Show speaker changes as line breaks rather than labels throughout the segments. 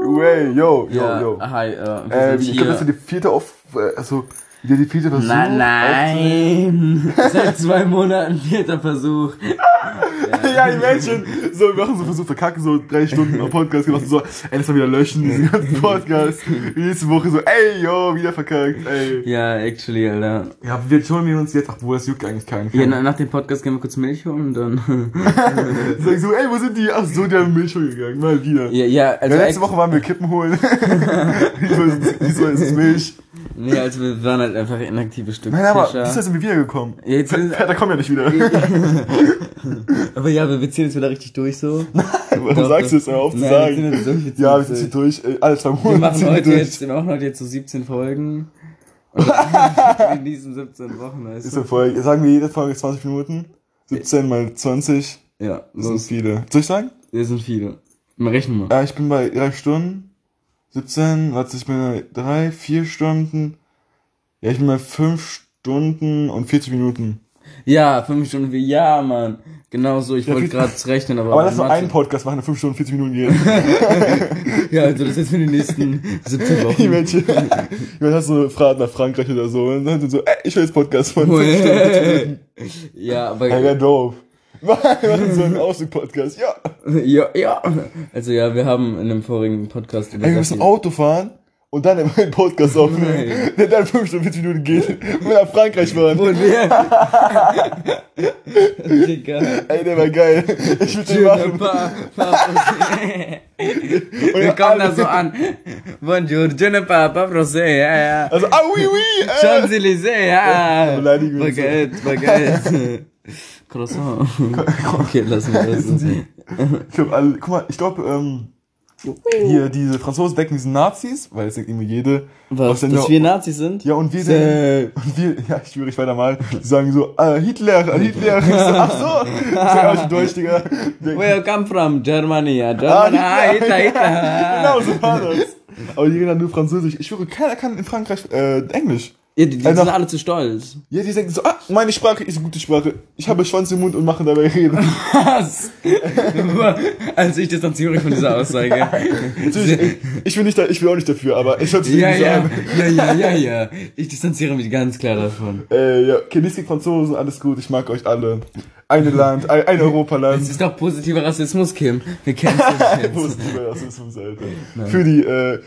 way, yo, yo,
Ja,
yo.
Hi, äh, wir
Ähm,
sind
ich glaube, das
hier.
ist die vierte Auf... äh, Also, wieder die vierte Versuch.
Na, nein, seit zwei Monaten vierter Versuch.
aufzu- ja, imagine. So, wir machen so einen Versuch, verkacken so drei Stunden am Podcast gemacht und so, ey, das mal wieder löschen, diesen ganzen Podcast. Nächste Woche so, ey, yo, wieder verkackt, ey.
Ja, actually, Alter.
Ja, wir schon wir uns jetzt, obwohl das juckt eigentlich keinen.
Ja, na- nach dem Podcast gehen wir kurz Milch holen und dann.
Sag so, ey, wo sind die? Ach so, die haben Milch schon gegangen, mal wieder.
ja, ja, also.
Ja, letzte
act-
Woche waren wir Kippen holen. diesmal, ist, diesmal ist es Milch.
Nee, also wir waren halt einfach inaktive Stück
Nein, aber
Fischer.
diesmal sind wir wiedergekommen.
Ja, jetzt sind-
Peter kommt ja nicht wieder.
aber ja, wir ziehen jetzt wieder richtig durch so.
Warum
Doch,
sagst du
das-
es auf zu
Nein, wir
sagen?
ziehen jetzt durch, wir ziehen
ja, wir
jetzt
sind durch. durch. äh, Alle zwei Monate
Wir machen
ziehen wir
heute
durch.
jetzt, wir machen heute jetzt so 17 Folgen. Und in diesen 17 Wochen,
Ist
weißt
eine
du?
Folge. Sagen wir jede Folge 20 Minuten? 17 mal 20
Ja,
das sind
sonst,
viele. Soll ich sagen?
wir sind viele. Mal rechnen mal.
Ja, ich bin bei 3 Stunden. 17, warte, ich bin bei 3, 4 Stunden. Ja, ich bin bei 5 Stunden und 40 Minuten.
Ja, 5 Stunden wie, ja, Mann. Genau so, ich
Ja,
wollte
viel-
gerade rechnen, aber.
Aber lass nur
Mathe-
einen Podcast machen, der 5 Stunden und 40 Minuten geht.
Ja, also das ist für die nächsten 17 Wochen.
Imagine, Imagine hast du halt so Fragen nach Frankreich oder so und dann sind so, ey, ich will jetzt Podcast von 5 Stunden.
ja,
Ey,
aber.
wär dope. Mach so einen Ausflug-Podcast, ja.
Ja, ja. Also ja, wir haben in dem vorigen Podcast über.
Ey, wir
sehr
müssen
viel-
Auto fahren und dann immer einen Podcast aufnehmen,
Nein.
der dann 5 Stunden 40 Minuten geht und wir nach Frankreich fahren.
Und wir. Digga.
Ey, der war geil. Ich will den
Schön, ein
machen.
paar, paar
Und
Wir kommen da
alle-
so an. Bonjour, je ne parle pas français, ja, ja.
Also, ah, oui, oui. Äh.
Champs-Élysées, ja.
Beleidigung.
Baguette, Baguette. Croissant. Okay, lassen wir das.
Ich glaub, alle, guck mal, ich glaube, ähm, hier diese Franzosen denken, die sind Nazis, weil es denkt irgendwie jede.
Was,
Aus der
dass
Nor-
wir Nazis sind?
Ja, und wir sind.
Äh,
Und wir, ja, ich schwöre, ich weiter mal. Die sagen so, äh, Hitler, äh, Hitler. Ich so, ach so. Ich sag aber nicht Deutsch, Digga. Denk-
Where you come from? Germany, ja.
Ah,
Germany, ah, Hitler, Hitler.
Genau, so war das. Aber die reden dann nur Französisch. Ich schwöre, keiner kann in Frankreich äh, Englisch.
Ja, die, die
Also-
sind alle zu stolz.
Ja, die denken so, ah, meine Sprache ist eine gute Sprache. Ich habe Schwanz im Mund und mache dabei Reden.
Was? also ich distanziere mich von dieser Aussage.
Natürlich, ich bin nicht da, ich bin auch nicht dafür, aber ich sollte es
Ja,
nicht
ja,
sagen.
ja, ja, ja, ja. Ich distanziere mich ganz klar davon.
Äh, ja, okay, nichts gegen Franzosen, alles gut, ich mag euch alle. Eine Land, ein, ein
Das
Europaland.
ist doch positiver Rassismus, Kim. Wir kennen es
Positiver Rassismus, Alter. Für die, äh,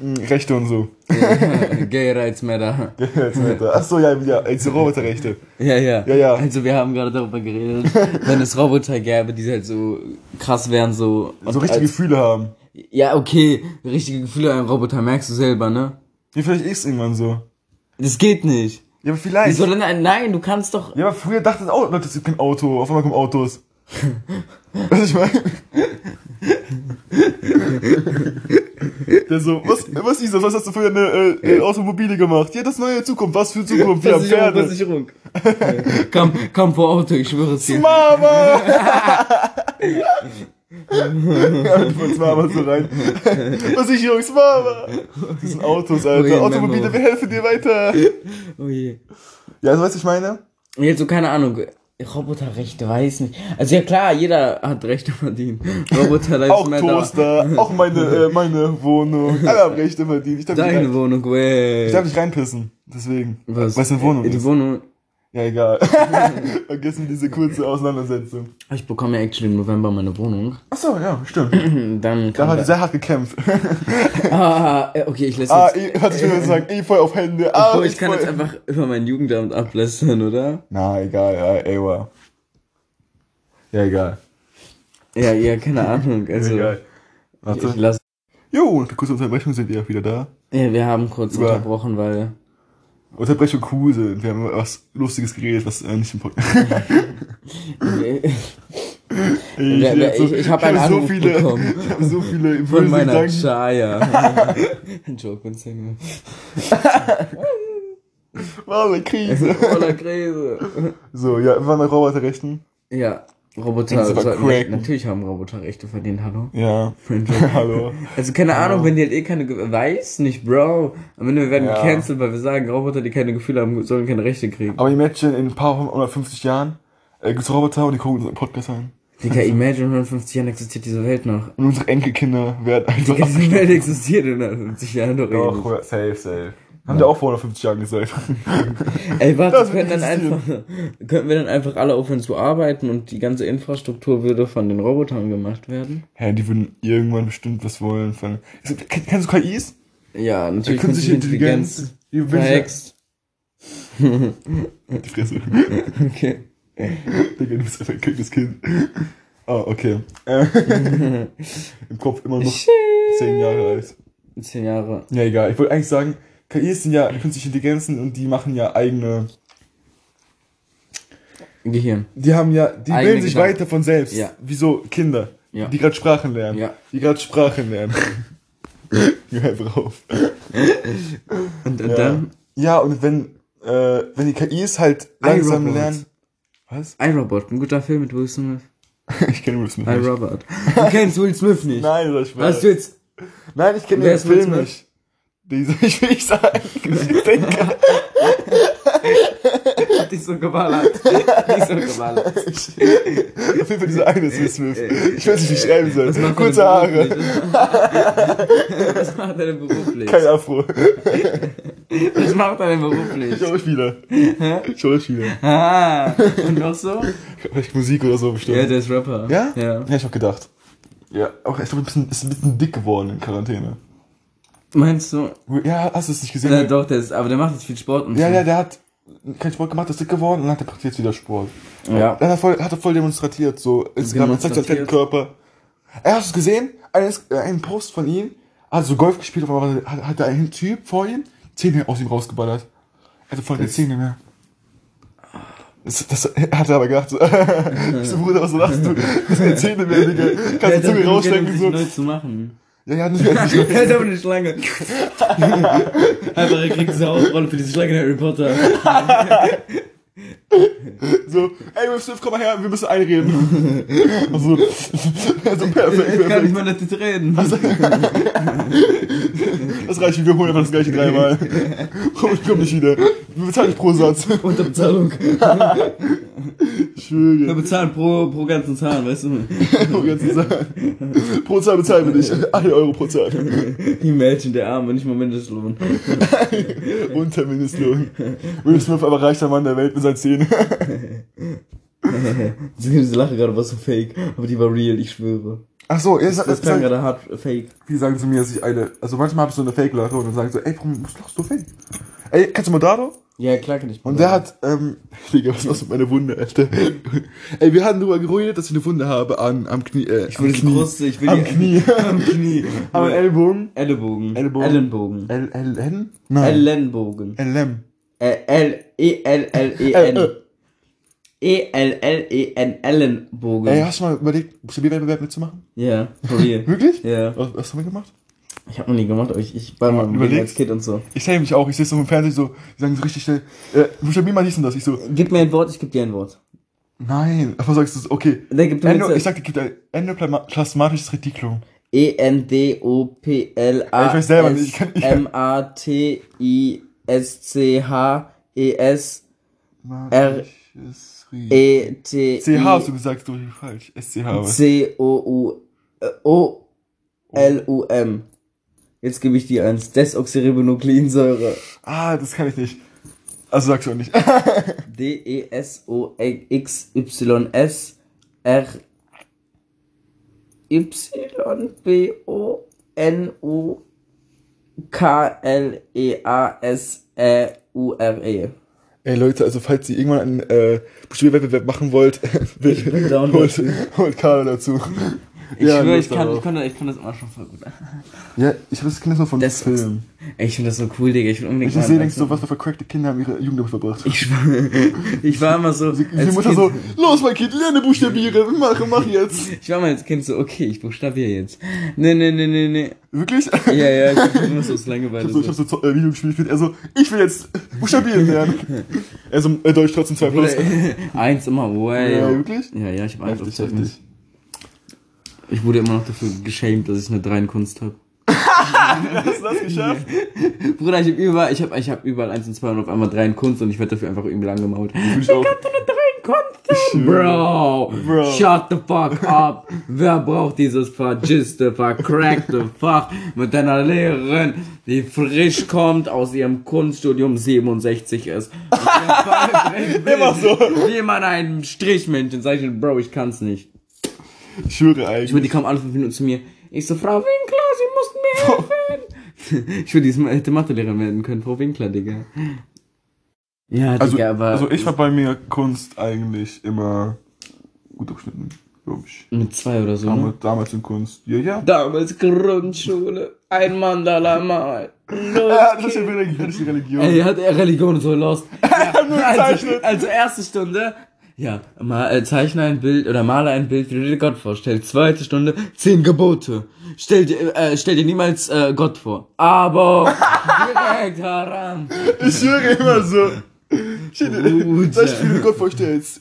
mh, Rechte und so.
jetzt. Gay Rights Matter.
Jetzt, Alter. Ach so, ja, ja, diese Roboterrechte.
Ja, ja.
Ja, ja.
Also wir haben gerade darüber geredet, wenn es Roboter gäbe, die halt so krass wären, so...
So Also richtige Gefühle haben.
Als, ja, okay, richtige Gefühle an Roboter merkst du selber, ne?
Ja, vielleicht ist es irgendwann so.
Das geht nicht.
Ja, aber vielleicht.
Wieso denn? ein- Nein, du kannst doch...
Ja, aber früher dachten auch Leute, es gibt kein Auto, auf einmal kommen Autos. Weißt du, ich meine? Der so, was, was ist das? Was hast du früher eine äh, äh, Automobile gemacht? Ja, das neue Zukunft. Was für Zukunft? Wir haben Pferde.
Versicherung. komm, komm vor Auto, ich schwöre es dir.
Mama! ja, du wolltest Mama so rein. Versicherungs Mama! Das sind Autos,
Oh, je,
Alter. Automobile,
Memo.
wir helfen dir weiter.
Oh je.
Ja, also, weißt du, ich meine?
Jetzt so, keine Ahnung, Roboterrechte, weiß nicht. Also ja klar, jeder hat Rechte verdient. Roboter Lives
Auch
Matter.
Toaster, auch meine, äh, meine Wohnung. Alle haben Rechte verdient. Ich darf nicht rein-
Deine Wohnung,
Ich
wey.
darf nicht reinpissen, deswegen.
Was?
Weil es eine Wohnung
Die
ist.
Wohnung...
ja, egal. Vergessen diese kurze Auseinandersetzung.
Ich bekomme ja actually im November meine Wohnung.
Achso, ja, stimmt.
Hm, Dann
Da
kann
hat er sehr hart gekämpft.
Ah, äh, okay, ich lasse
ah,
jetzt.
ich, hatte ich wieder sagen, eh voll auf Hände. Ah,
oh, Äh, ich
eh,
kann
voll.
jetzt einfach über mein Jugendamt ablästern, oder?
Na, egal, ja, ey, wow. Ja, egal.
Ja, ja, keine Ahnung. Also,
Egal.
ich, ich
Warte.
lass.
Jo, und für kurze Unterbrechung sind wir auch wieder da.
Ja, wir haben kurz
Über-
unterbrochen, weil.
Unterbrechung Kuse. Wir haben über was Lustiges geredet, was äh, nicht im Podcast. Ich,
wer-
werd
ich- ich hab einen Anruf bekommen.
Ich habe so viele
Von
böse
meiner
Gedanken.
Chaya. Joke und Single.
Wow, eine Krise.
Voller Gräse.
So, ja, wir waren bei Roboterrechten.
Ja, Roboter.
Das ist aber
sollten
crack.
Rechte- natürlich haben Roboter Rechte verdient, hallo.
Ja. Hallo.
Also keine Ahnung, wenn die halt eh keine Ge weiß nicht, Bro. Am Ende werden wir
Ja.
gecancelt, weil wir sagen, Roboter, die keine Gefühle haben, sollen keine Rechte kriegen.
Aber imagine, in ein paar 150 Jahren äh, gibt's Roboter und die gucken unseren Podcast ein.
Digga, imagine in 150 Jahren existiert diese Welt noch.
Und unsere Enkelkinder werden also einfach.
Digga, diese Welt existiert in 150 Jahren doch eh
Doch,
nicht.
Bruder, safe, safe. Haben die auch vor 150 Jahren gesagt.
Ey,
Das
warte, können
wird
dann einfach, könnten wir dann einfach alle aufhören zu arbeiten und die ganze Infrastruktur würde von den Robotern gemacht werden?
Hä, die würden irgendwann bestimmt was wollen. Von, Es gibt- Ken- kennst du KIs?
Ja, natürlich.
Künstliche Intelligenz. Die würden sich-
Verhext.
Die Fresse.
Okay.
Digga, du bist einfach ein kleines Kind. Ah, okay. Äh, Im Kopf immer noch zehn Jahre alt.
Zehn Jahre.
Ja, egal. Ich wollte eigentlich sagen, KIs sind ja künstliche Intelligenzen und die machen ja eigene.
Gehirn.
Die haben ja, die
Eigene
bilden sich
Gedanken.
weiter von selbst.
Ja.
Wie so Kinder,
Ja.
die gerade Sprachen lernen.
Ja.
Die gerade Sprachen lernen. Hör einfach auf.
Und, und
Ja.
dann?
ja, und wenn, äh, wenn die KIs halt langsam
iRobot.
lernen. Was?
iRobot, ein guter Film mit Will Smith.
Ich kenne Will Smith nicht.
iRobot. Du kennst Will Smith nicht.
Nein, das war
Hast du jetzt.
Nein, ich kenne
Wer
den
ist Will
Film
Smith?
nicht. Diese, ich will nicht sagen. Ich denke,
Hat dich so geballert. Dich so geballert.
ich, auf jeden Fall dieser eine ist Will Smith. Ich weiß nicht, wie ich schreiben
Was
soll.
macht
Kurze
er denn
Haare,
beruflich? Was macht er denn beruflich?
kein Afro.
Was macht er denn beruflich?
Schauspieler. Schauspieler.
Ah, und noch so?
Vielleicht Musik oder so bestimmt.
Ja, der ist Rapper.
Ja?
Ja.
Ja, ich hab gedacht. Ja, auch ich glaube, ein bisschen, ist ein bisschen dick geworden in Quarantäne.
Meinst du?
Ja, hast du es nicht gesehen?
Ja, Äh, doch, der ist, aber der macht jetzt viel Sport und
ja,
so.
ja, der hat keinen Sport gemacht, ist dick geworden und dann hat er praktiziert wieder Sport.
Ja.
Dann hat er voll, hat er voll demonstratiert, so Instagram, zeigt seinen
Demonstratiert.
fetten Körper. Ey, hast du es gesehen? Ein, äh, ein Post von ihm, hat so Golf gespielt, auf einmal hat, hat da ein Typ vor ihm Zähne aus ihm rausgeballert. Er hatte voll keine Zähne mehr. Das, das hat er aber gedacht, so, so Bruder, was lachst du? Das sind Zähne mehr, Digga. Kannst die
der
Zunge
hat Geld, um
rausstecken,
sich
so.
neu zu machen.
Ja, ja, natürlich.
Er ist aber eine Schlange. Einfach, er kriegt diese Hauptrolle für diese Schlange in Harry Potter.
So, ey, Will Smith, komm mal her, wir müssen einreden. Und so, so perfekt,
Ich kann nicht
perfekt.
mal nicht reden.
Das reicht, wir holen einfach das gleiche dreimal. Komm, ich komm nicht wieder. Wir bezahlen nicht pro Satz.
Unterbezahlung. Wir
Schön.
bezahlen pro, pro ganzen Zahn, weißt du?
Pro Zahl bezahlen wir nicht. 1 Euro pro Zahl.
Die Mädchen, der Arme, nicht mal Mindestlohn.
Unter Mindestlohn. Will Smith, aber reichster Mann der Welt mit seinen Zähnen.
Diese Lache gerade war so fake, aber die war real, ich schwöre.
Ach so, jetzt,
Das klang gerade hart äh, fake.
viele sagen zu mir, dass ich eine, also manchmal habe ich so eine Fake-Lache und dann sagen so, ey, warum lachst du fake? Ey, kennst du Modaro?
Ja, klar kann ich.
Und der hat, ähm, Digga, was ist los mit meiner Wunde, Alter? Ey, wir hatten darüber geredet, dass ich eine Wunde habe an, am Knie, äh,
Ich will
am
die
Knie.
Kruste, ich will
Am
die
Knie.
Am Knie.
Am Ellbogen.
Ellenbogen.
Ellenbogen. Ah.
Ellenbogen.
L, L, N? Nein.
Ellenbogen.
L, M.
Äh, L, E, L, L, E,
Äh,
N.
äh.
E, L, L, E, N. Ellenbogen.
Ey,
Ja,
hast du mal überlegt, Buchstabierwettbewerb mitzumachen?
for real.
Wirklich?
Ja.
Was, was haben wir gemacht?
Ich hab noch nie gemacht, aber ich, ich war mal im
Überlegst?
Leben als Kind und so.
Ich sehe mich auch, ich sehe so im Fernsehen so, die sagen so richtig schnell, äh, Buchstabier mal dies und das. Ich so,
Gib mir ein Wort, ich geb dir ein Wort.
nein. Aber sagst du so, okay.
Dann gib
Endo,
mir
ich
jetzt
sag, es gibt ein endoplasmatisches Retikulum.
E, N, D, O, P, L,
Ja,
A,
ich weiß selber nicht, ich kann-
S, M, A, T, I, S, C, H, E, S, R-
E.
E, T,
CH hast du
I,
gesagt, du falsch. SCH. was?
C, O, U, äh, O, L, U, M. Jetzt gebe ich dir eins. Desoxyribonukleinsäure.
Ah, das kann ich nicht. Also sagst du auch nicht.
E D-E-S-O-X-Y-S R Y-B-O-N-U-K-L-E-A-S-E-U-R-E. E
Ey Leute, also falls ihr irgendwann einen äh, Spielwettbewerb machen wollt,
bin down
holt, holt Karl dazu.
Ich
Ja,
schwöre,
Lust
ich kann,
darauf.
ich, kann, ich kann das immer schon voll gut.
Ja, ich weiß, das kenne nur von
Das-
Filmen.
Ey, ich finde das so cool, Digga. Ich will unbedingt
Ich sehe,
einen
denkst du,
Dachs-
was für vercrackte Kinder haben ihre Jugend damit verbracht.
Ich, schwör- ich war immer so.
die
als
Mutter
Kind-
so, los mein Kind, lerne buchstabieren, mach, mach jetzt.
Ich war mal als Kind so, okay, ich buchstabiere jetzt. Nee, nee, nee, nee, nee.
Wirklich? Ich
Ja, ja, ich bin immer so aus Langeweile.
hab so, ich
So.
hab so Zo- äh, Video gespielt, gespielt, er so, ich will jetzt buchstabieren lernen. Er so, äh, Deutsch trotzdem 2 plus.
Oder, eins immer, wow.
Ja, wirklich?
Ja, ja, ich habe einfach
Heftig, heftig.
Ich wurde immer noch dafür geschämt, dass ich eine 3 in Kunst habe.
Hast du das geschafft?
Bruder, ich habe überall, ich hab, ich hab überall 1 und 2 und auf einmal 3 in Kunst und ich werde dafür einfach irgendwie angemault.
Ich auch.
eine 3 in Content, bro.
Bro.
Shut the fuck up. Wer braucht dieses vergisste, vercrackte Fach mit einer Lehrerin, die frisch kommt, aus ihrem Kunststudium 67 ist? und ihr beibringen
Immer so.
will, Wie man einen Strichmännchen zeichnet, Bro, ich kann's nicht.
Ich schwöre
Ich würde,
eigentlich.
die kamen alle fünf Minuten zu mir. Ich so, Frau Winkler, Sie mussten mir helfen. ich würde diesmal hätte Mathelehrerin werden können, Frau Winkler, Digga. Ja,
Also,
Digga, aber
also ich war bei mir Kunst eigentlich immer gut abgeschnitten, glaube ich.
mit zwei oder so. Ne?
Damals, damals in Kunst. Ja, ja.
Damals Grundschule, ein Mandala mal.
Ja, das ist ja wieder die richtige Religion.
Ey, hat er Religion so lost. also,
gezeichnet.
also erste Stunde, ja, mal, äh, zeichne ein Bild oder male ein Bild, wie du dir Gott vorstellst. Zweite Stunde, zehn Gebote. Stell dir, äh, stell dir niemals äh, Gott vor. Aber direkt haram.
Ich höre immer so. Ich
Bruder.
hätte, sag ich, wie du Gott vorstellst.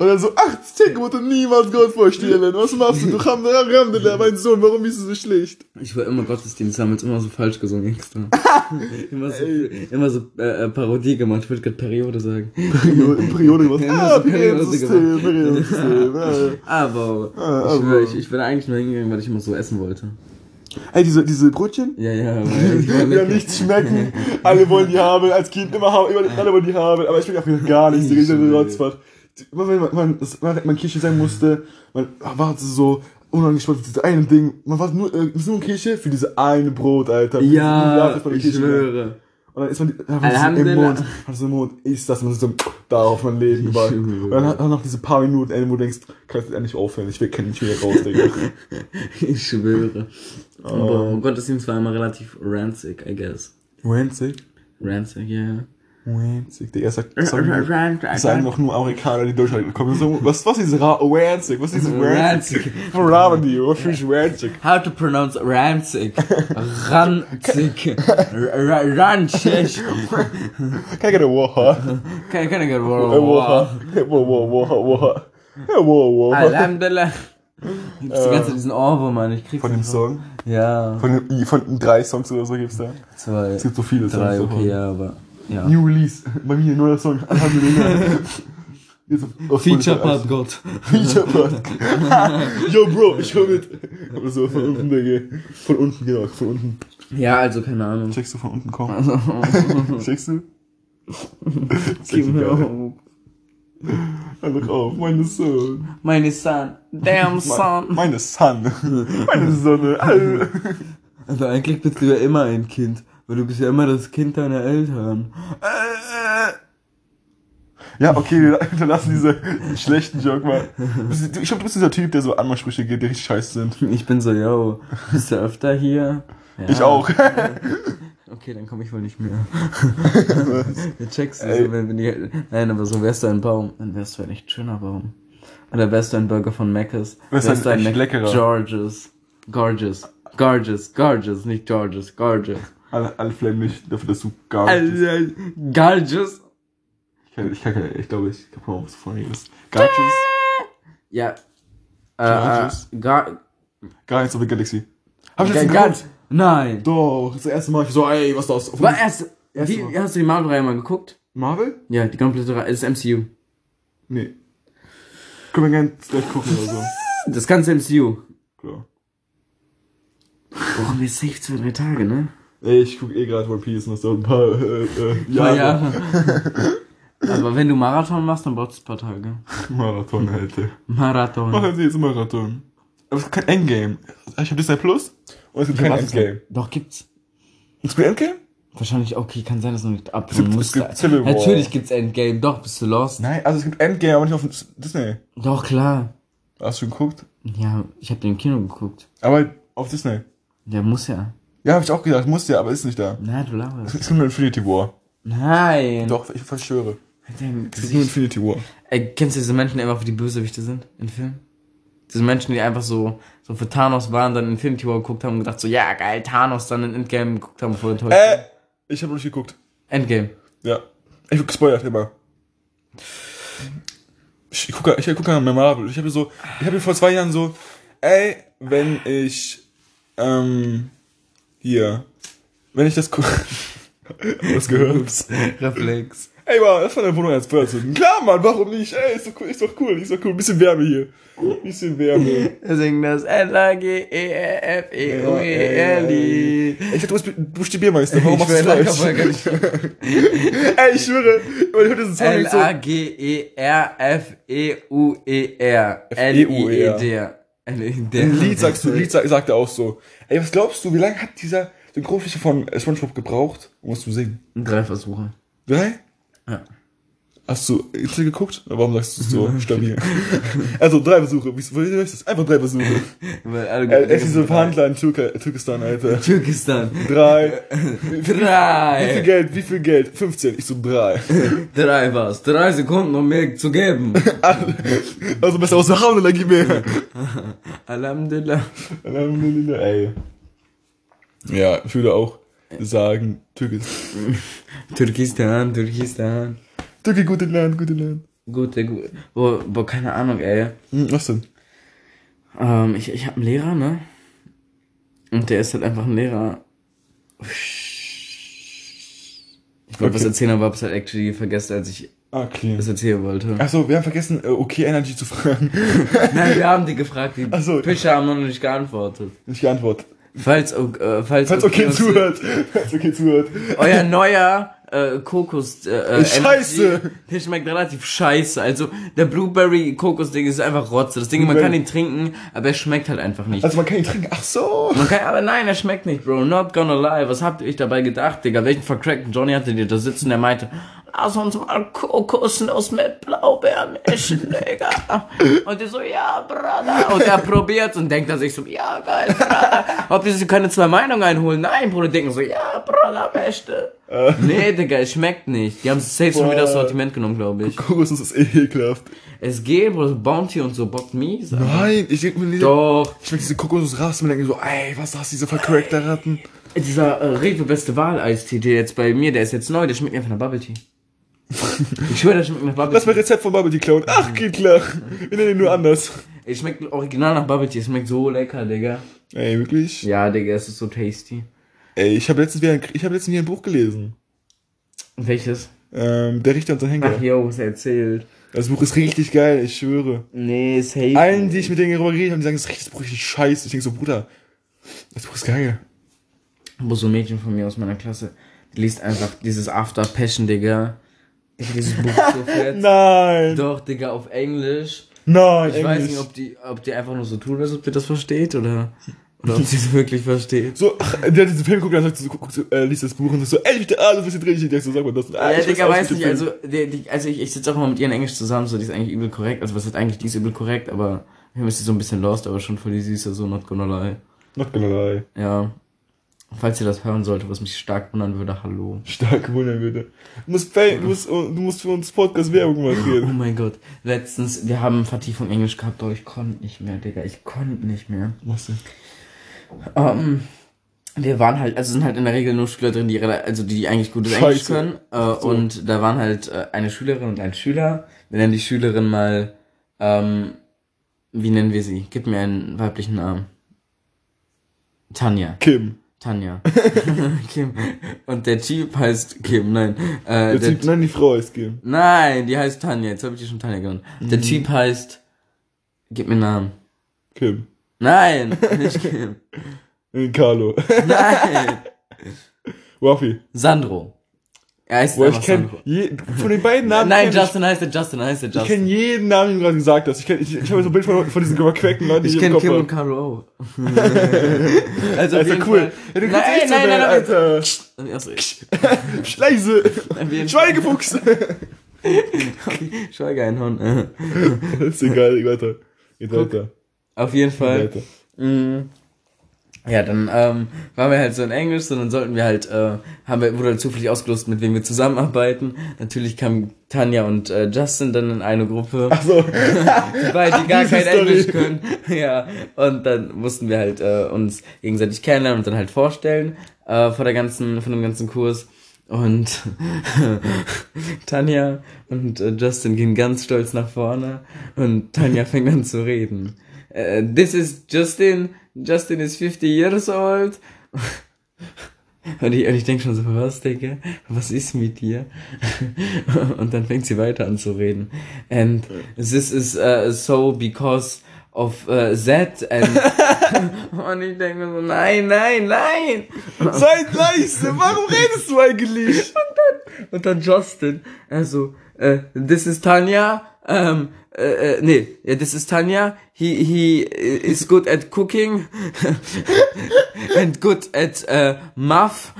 Und dann so, ach, zehn Gebote niemals Gott vorstellen. Was machst du? Du Hamdallah, mein Sohn, warum bist du so schlecht?
Ich war immer Gottesdienst, haben jetzt immer so falsch gesungen extra. immer so, immer so äh, äh, Parodie gemacht. Ich wollte gerade Periode sagen.
Periode, Periode gemacht.
Ja,
Ah,
das ist Periodensystem,
Periodensystem, Periodensystem. ja.
Aber,
Ah,
ich, schwör,
aber.
ich, ich bin eigentlich nur hingegangen, weil ich immer so essen wollte.
Ey, diese, diese Brötchen?
Ja, ja, weil ich war
Ja,
lecker.
nichts schmecken. Alle wollen die haben. Als Kind immer haben, immer, alle wollen die haben. Aber ich schmecke einfach gar nichts. Digga,
Nee.
diese Rotzbach. Immer wenn man, man, das, man, man Kirche sein musste, man war so unangespannt für dieses eine Ding. Man war nur, äh, nur in Kirche für diese eine Brot, Alter. Für diesen
Ja,
Lauf, dass man in
ich
Kirche war.
schwöre.
Und dann ist man, dann hat man so im
Alhamdulillah.
Mund, hat so im Mund, ist das, man so darauf mein Leben gebaut.
schwöre.
Und dann hat man noch diese paar Minuten, ey, wo du denkst, kannst du endlich aufhören, ich will keinen mehr raus, Digga.
Ich schwöre.
Ah.
Aber oh Gottesdienst war immer relativ rancid, I guess.
Rancid?
Rancid, ja.
Rancid, Digga, sagt, sagen, sagen
Rancid.
doch nur Amerikaner, die in Deutschland kommen, so, was, was ist Ra Rancid, was ist
Rancid.
Rancid? Wo raben die, was ist Rancid?
How to pronounce rancid? Ranzig. Ranzig.
Can I get a woha?
Kann kann ich gar
A woha? Woha, woha, woha. A woha, woha.
Alhamdulillah. Ich hab die ganze Zeit diesen Ohrwurm, Mann. Ich krieg's
Von dem
nicht
Song?
hoch. Ja.
Von, den- von drei Songs oder so gibt's da?
Zwei,
Es gibt so viele Songs.
drei,
davon.
okay, ja, aber... Ja.
New Release. Bei mir neuer Song. Alhamdulillah. Jetzt auf- auf
Feature
Spotify.
Part Gott.
Feature Part. Yo, Bro, ich hör mit. Aber so von unten, Digga. Von unten, genau. Von unten.
Ja, also keine Ahnung.
Checkst du von unten
Also-
kommen? Checkst du? Checkst du geil.
Genau.
Hör doch auf. oh, Meine Sonne.
Meine Son. Damn Son.
Meine Sonne. Meine Sonne. Al-
Also eigentlich bist du ja immer ein Kind, weil du bist ja immer das Kind deiner Eltern.
Ja, okay, wir hinterlassen diese schlechten Joke mal. Ich glaub, du bist dieser Typ, der so Anmachsprüche geht, die richtig scheiße sind.
Ich bin so, yo, bist du öfter hier? Ja.
Ich auch.
Okay, dann komme ich wohl nicht mehr. du checkst du, so, wenn, wenn die, Nein, aber so wärst du ein Baum, dann wärst du ein echt schöner Baum. Oder wärst du ein Burger von Mc's?
Wärst du ein echt leckerer.
Georges. Gorgeous. Gorgeous. Gorgeous. Nicht Georges. Gorgeous.
Alle, alle flammen mich dafür, dass du gar nicht
Also, Gorgeous.
Ich kann, ich kann, keine- ich glaube, ich kann mal was von redest. Guardians,
Ja.
Gorgeous?
Äh, äh, gar,
Guardians of the Galaxy. Hab ich
Ge-
letztens
ganz.
geguckt?
Nein.
Doch, das erste Mal, ich so, ey, was ist das?
War erst.
Erst
Die,
mal.
hast du die Marvel-Reihe mal geguckt?
Marvel?
Ja, die komplette Reihe. Das MCU.
Nee. Können wir gerne gleich gucken oder so.
Das ganze MCU.
Klar.
Boah, mir ist safe zwei, drei Tage, ne?
Ey, ich guck eh gerade One Piece noch so ein paar äh, äh,
Ja.
Jahre.
Aber wenn du Marathon machst, dann braucht es ein paar Tage.
Marathon, Alter.
Marathon.
Machen Sie jetzt Marathon. Aber es gibt kein Endgame. Ich hab Disney Plus und Oh, es gibt kein Endgame.
Doch, gibt's.
Es gibt Endgame?
Wahrscheinlich, okay, kann sein, dass du nicht abholen
gibt-
musst.
es gibt Civil War.
Natürlich gibt's Endgame. Doch, bist du lost?
Nein, also es gibt Endgame, aber nicht auf Disney.
Doch, klar.
Hast du geguckt?
Ja, ich hab den im Kino geguckt.
Aber auf Disney.
Der muss ja.
Ja, hab ich auch gedacht, muss ja, aber ist nicht da.
Na, du laberst.
Es gibt nur Infinity War.
Nein.
Doch, ich verschwöre.
Mit deinem
Es gibt
Gesicht.
nur Infinity War.
Ey, kennst du diese Menschen, die einfach wie die Bösewichte sind in Filmen? Diese Menschen, die einfach so, so für Thanos waren, dann Infinity War geguckt haben und gedacht so, ja geil, Thanos, dann in Endgame geguckt haben, voll enttäuscht.
Äh, ich habe noch nicht geguckt.
Endgame.
Ja. Ich hab gespoilert immer. Ich gucke ich guck an Marvel. Ich habe so, ich habe vor zwei Jahren so, ey, wenn ich, ähm, hier, wenn ich das, gu- das gehört,
Reflex.
Ey, Mann, das war deine Wohnung als Feuerzünden. Klar, Mann, warum nicht? Ey, ist doch cool, ist doch cool, ist doch cool. Bisschen Wärme hier. Bisschen Wärme.
Wir singen das E L-A-G-E-F-E-O-E-L-I.
Ich dachte, du bist, du bist die Biermeister. Warum
E Ich
machst du
will
das
Lagerfeuer
falsch?
gar nicht.
Ey, ich schwöre, ich höre diesen Song und denk so.
E L-A-G-E-R-F-E-U-E-R. L-I-E-D. L-I-E-D.
Ein Lied sagst du, Lied sag, sagt er auch so. Ey, was glaubst du, wie lange hat dieser Synchronfischer von äh, Spongebob gebraucht, um was zu singen?
Drei Versuche.
Drei?
Ja.
Hast du Insta geguckt? Oder Warum sagst du es so stabil? also drei Versuche. Wie wie heißt das? Einfach drei Versuche.
Weil alle
Äh, Es ist so ein Verhandler in Türke, Türkistan, Alter.
Türkistan.
Drei. Wie viel
Drei.
Geld? Wie viel Geld? 15. Ich so drei.
Drei war's. Drei Sekunden, um mir zu geben.
Also besser aus der Haune, dann gib mir.
Alhamdulillah.
Alhamdulillah, Ey. Ja, ich würde auch sagen, Türkis.
Türkistan, Türkistan.
Türkei, gute Land, gute Land.
Gute, gute. Boah, boah, keine Ahnung, ey.
Hm, was denn?
Ähm, ich, ich hab einen Lehrer, ne? Und der ist halt einfach ein Lehrer. Ich wollte
Okay.
was erzählen, aber hab's halt actually vergessen, als ich
Ah, clean.
das erzählen wollte.
Achso, wir haben vergessen, äh, okay Energy zu fragen.
Nein, wir haben die gefragt, die
Ach so.
Fischer haben noch nicht geantwortet.
Nicht geantwortet.
Falls, o- äh, falls,
Falls okay,
was-
zuhört. Falls okay zuhört.
Euer neuer äh, Kokos äh, äh,
Scheiße.
MSG, Der schmeckt relativ scheiße. Also der Blueberry Kokos Ding ist einfach Rotze. Das Ding, man kann ihn trinken, aber er schmeckt halt einfach nicht.
Also man kann ihn trinken. Ach so.
Man kann, aber nein, er schmeckt nicht, Bro. Not gonna lie. Was habt ihr euch dabei gedacht, Digga? Welchen vercrackten Johnny hatte dir da sitzen? Der meinte, lass uns mal Kokosnuss mit Blaubeeren mischen, Digga. Und die so, ja, Bruder. Und er probiert's und denkt er sich so, ja, geil, Bruder. Ob die sich keine zwei Meinungen einholen? Nein, Bruder, die denken so, ja, Bruder, beste. Nee, Digga, es schmeckt nicht. Die haben es safe schon wieder aus
Boah.
Sortiment genommen, glaube ich.
Kokosnuss ist ekelhaft.
SG, Bruder, Bounty und so, bockt mies. aber-
Nein, ich denke mir nicht.
Doch.
Ich schmecke diese Kokosnussrasten und denke so, ey, was hast du, diese vercrackter Ratten?
Dieser äh, Rewe beste Wahl-Eistee, der jetzt bei mir, der ist jetzt neu, der schmeckt mir einfach nach Bubble Tea. ich schwöre, der schmeckt nach Bubble
Lass mal
Tea.
Rezept von Bubble Tea klauen. Ach, geht klar. Wir nennen ihn nur anders.
Es schmeckt original nach Bubble Tea, es schmeckt so lecker, Digga.
Ey, wirklich?
Ja, Digga, es ist so tasty.
Ey, ich habe letztens wieder ein, ich habe letztens wieder ein Buch gelesen.
Welches?
Ähm, der Richter und sein Henker.
Ach, yo, was er erzählt.
Das Buch ist richtig geil, ich schwöre.
Nee, safe.
Allen, die ich mit denen darüber geredet habe, die sagen, das Recht ist richtig scheiße. Ich denke so, Bruder, das Buch ist geil.
Wo so ein Mädchen von mir aus meiner Klasse, die liest einfach dieses After Passion, Digga. Ich dieses Buch ist so fett.
Nein,
Doch, Digga, auf Englisch.
nein,
Ich weiß nicht, ob die, ob die einfach nur so tun, als ob die das versteht oder, oder ob sie es wirklich versteht.
so, ach, der hat diesen Film geguckt, dann sagt so, guckst du, äh, liest das Buch und sagt so, ey, bitte ah, alles, was hier drin steht. Ich denk so, sag mal das. und, Ah,
Ja,
ich
Digga,
auch
weiß
mit
nicht,
dem
also, die, die, also ich, ich sitze auch mal mit ihr in Englisch zusammen, so, die ist eigentlich übel korrekt, also was heißt eigentlich, die ist übel korrekt, aber wir müssen so ein bisschen lost, aber schon voll die Süße, so, not gonna lie.
Film. Not gonna lie.
Ja. Falls ihr das hören sollte, was mich stark wundern würde, hallo.
Stark wundern würde. Du musst, pay, du, musst, du musst für uns Podcast Werbung
Oh
machen.
mein Gott, letztens, wir haben Vertiefung Englisch gehabt, doch ich konnte nicht mehr, Digga, ich konnte nicht mehr.
Was denn?
Ähm, wir waren halt, also sind halt in der Regel nur Schüler drin, die, rela- also die eigentlich gutes Englisch
Scheiße.
können. Äh, Und da waren halt äh, eine Schülerin und ein Schüler. Wir nennen die Schülerin mal, ähm, wie nennen wir sie? Gib mir einen weiblichen Namen. Tanja.
Kim.
Tanja. Kim. Und der Typ heißt Kim, nein. Äh,
Der
der
typ, nein, die Frau ist Kim.
nein, die heißt Tanja. Jetzt habe ich die schon Tanja genannt. Der Typ
Mhm.
heißt, gib mir einen Namen.
Kim.
Nein, nicht Kim.
Äh, Carlo.
Nein.
Waffi.
Sandro. Er heißt
Boah,
einfach
ich kenn
Sandro.
je, von den beiden Namen.
Nein,
kenn ich-
Justin heißt er, Justin heißt er,
Ich
Justin.
kenne jeden Namen, den du gerade gesagt hast. Ich, kenn, ich, ich habe so ein Bild von, von diesen quacken Leuten, die
Ich
ich
kenne
im Kopf
Kim
habe.
und Caro auch. also, auf
Alter,
jeden
cool.
Fall.
Ja, du
Nein,
kannst eh
nein,
echt so
nein,
werden,
nein,
Alter.
nein. Achso, ich- Auf
Schleise.
jeden
Schweigefuchs.
Schweige ein Horn.
Das ist egal, geht weiter. Geht weiter.
Auf jeden
Geht
Fall.
weiter.
Mm. Ja, dann ähm, waren wir halt so in Englisch, so, dann sollten wir halt, äh, haben wir, wurde halt zufällig ausgelost, mit wem wir zusammenarbeiten. Natürlich kamen Tanja und äh, Justin dann in eine Gruppe.
So.
weil die gar
diese
kein
Story.
Englisch können. Ja, und dann mussten wir halt äh, uns gegenseitig kennenlernen und dann halt vorstellen äh, vor der ganzen, von dem ganzen Kurs. Und Tanja und äh, Justin gehen ganz stolz nach vorne und Tanja fängt an zu reden. Äh, this is Justin. Justin is 50 years old. Und ich, und ich denke schon so, was, Digga? Was ist mit dir? und dann fängt sie weiter an zu reden. And this is uh, so because of uh, that and... und ich denke mir so, nein, nein, nein!
Seid leise, warum redest du eigentlich?
Und dann Justin, also, äh, this is Tanja, ähm, äh, äh, nee, ja, this is Tanja, he, he äh, is good at cooking and good at, äh, Muff.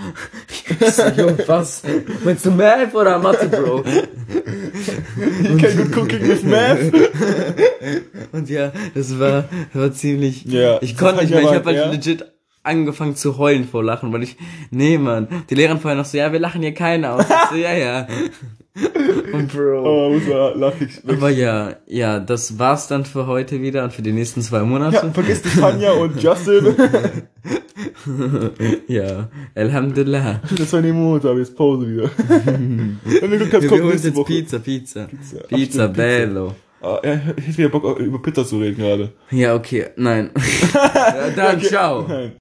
Ich so, yo, was? Meinst du Math oder Mathe, Bro?
You can good cooking with math.
Und ja, das war, das war ziemlich,
Ja,
ich
das
konnte
fand
nicht mehr,
ich
ich
aber,
habe halt
ja.
legit angefangen zu heulen vor Lachen, weil ich, nee, Mann, die Lehrerin vorher noch so, ja, wir lachen hier keiner aus. Ich so, ja, ja. Und Bro.
Oh, muss man lachen.
Aber ja, ja, das war's dann für heute wieder und für die nächsten zwei
Ja,
Monate.
vergiss nicht Tanja und Justin.
Ja, Alhamdulillah.
Das war in dem Monat, aber jetzt Pause wieder. Wenn wir Glück haben,
Wir holen
kommt
uns
nächste
jetzt
Woche.
Pizza, Pizza. Pizza,
Ach, stimmt, Pizza.
bello.
Ah, ja, ich hätte wieder Bock, über Pizza zu reden gerade.
Ja, okay, nein. Ja, dann, ciao.
Nein.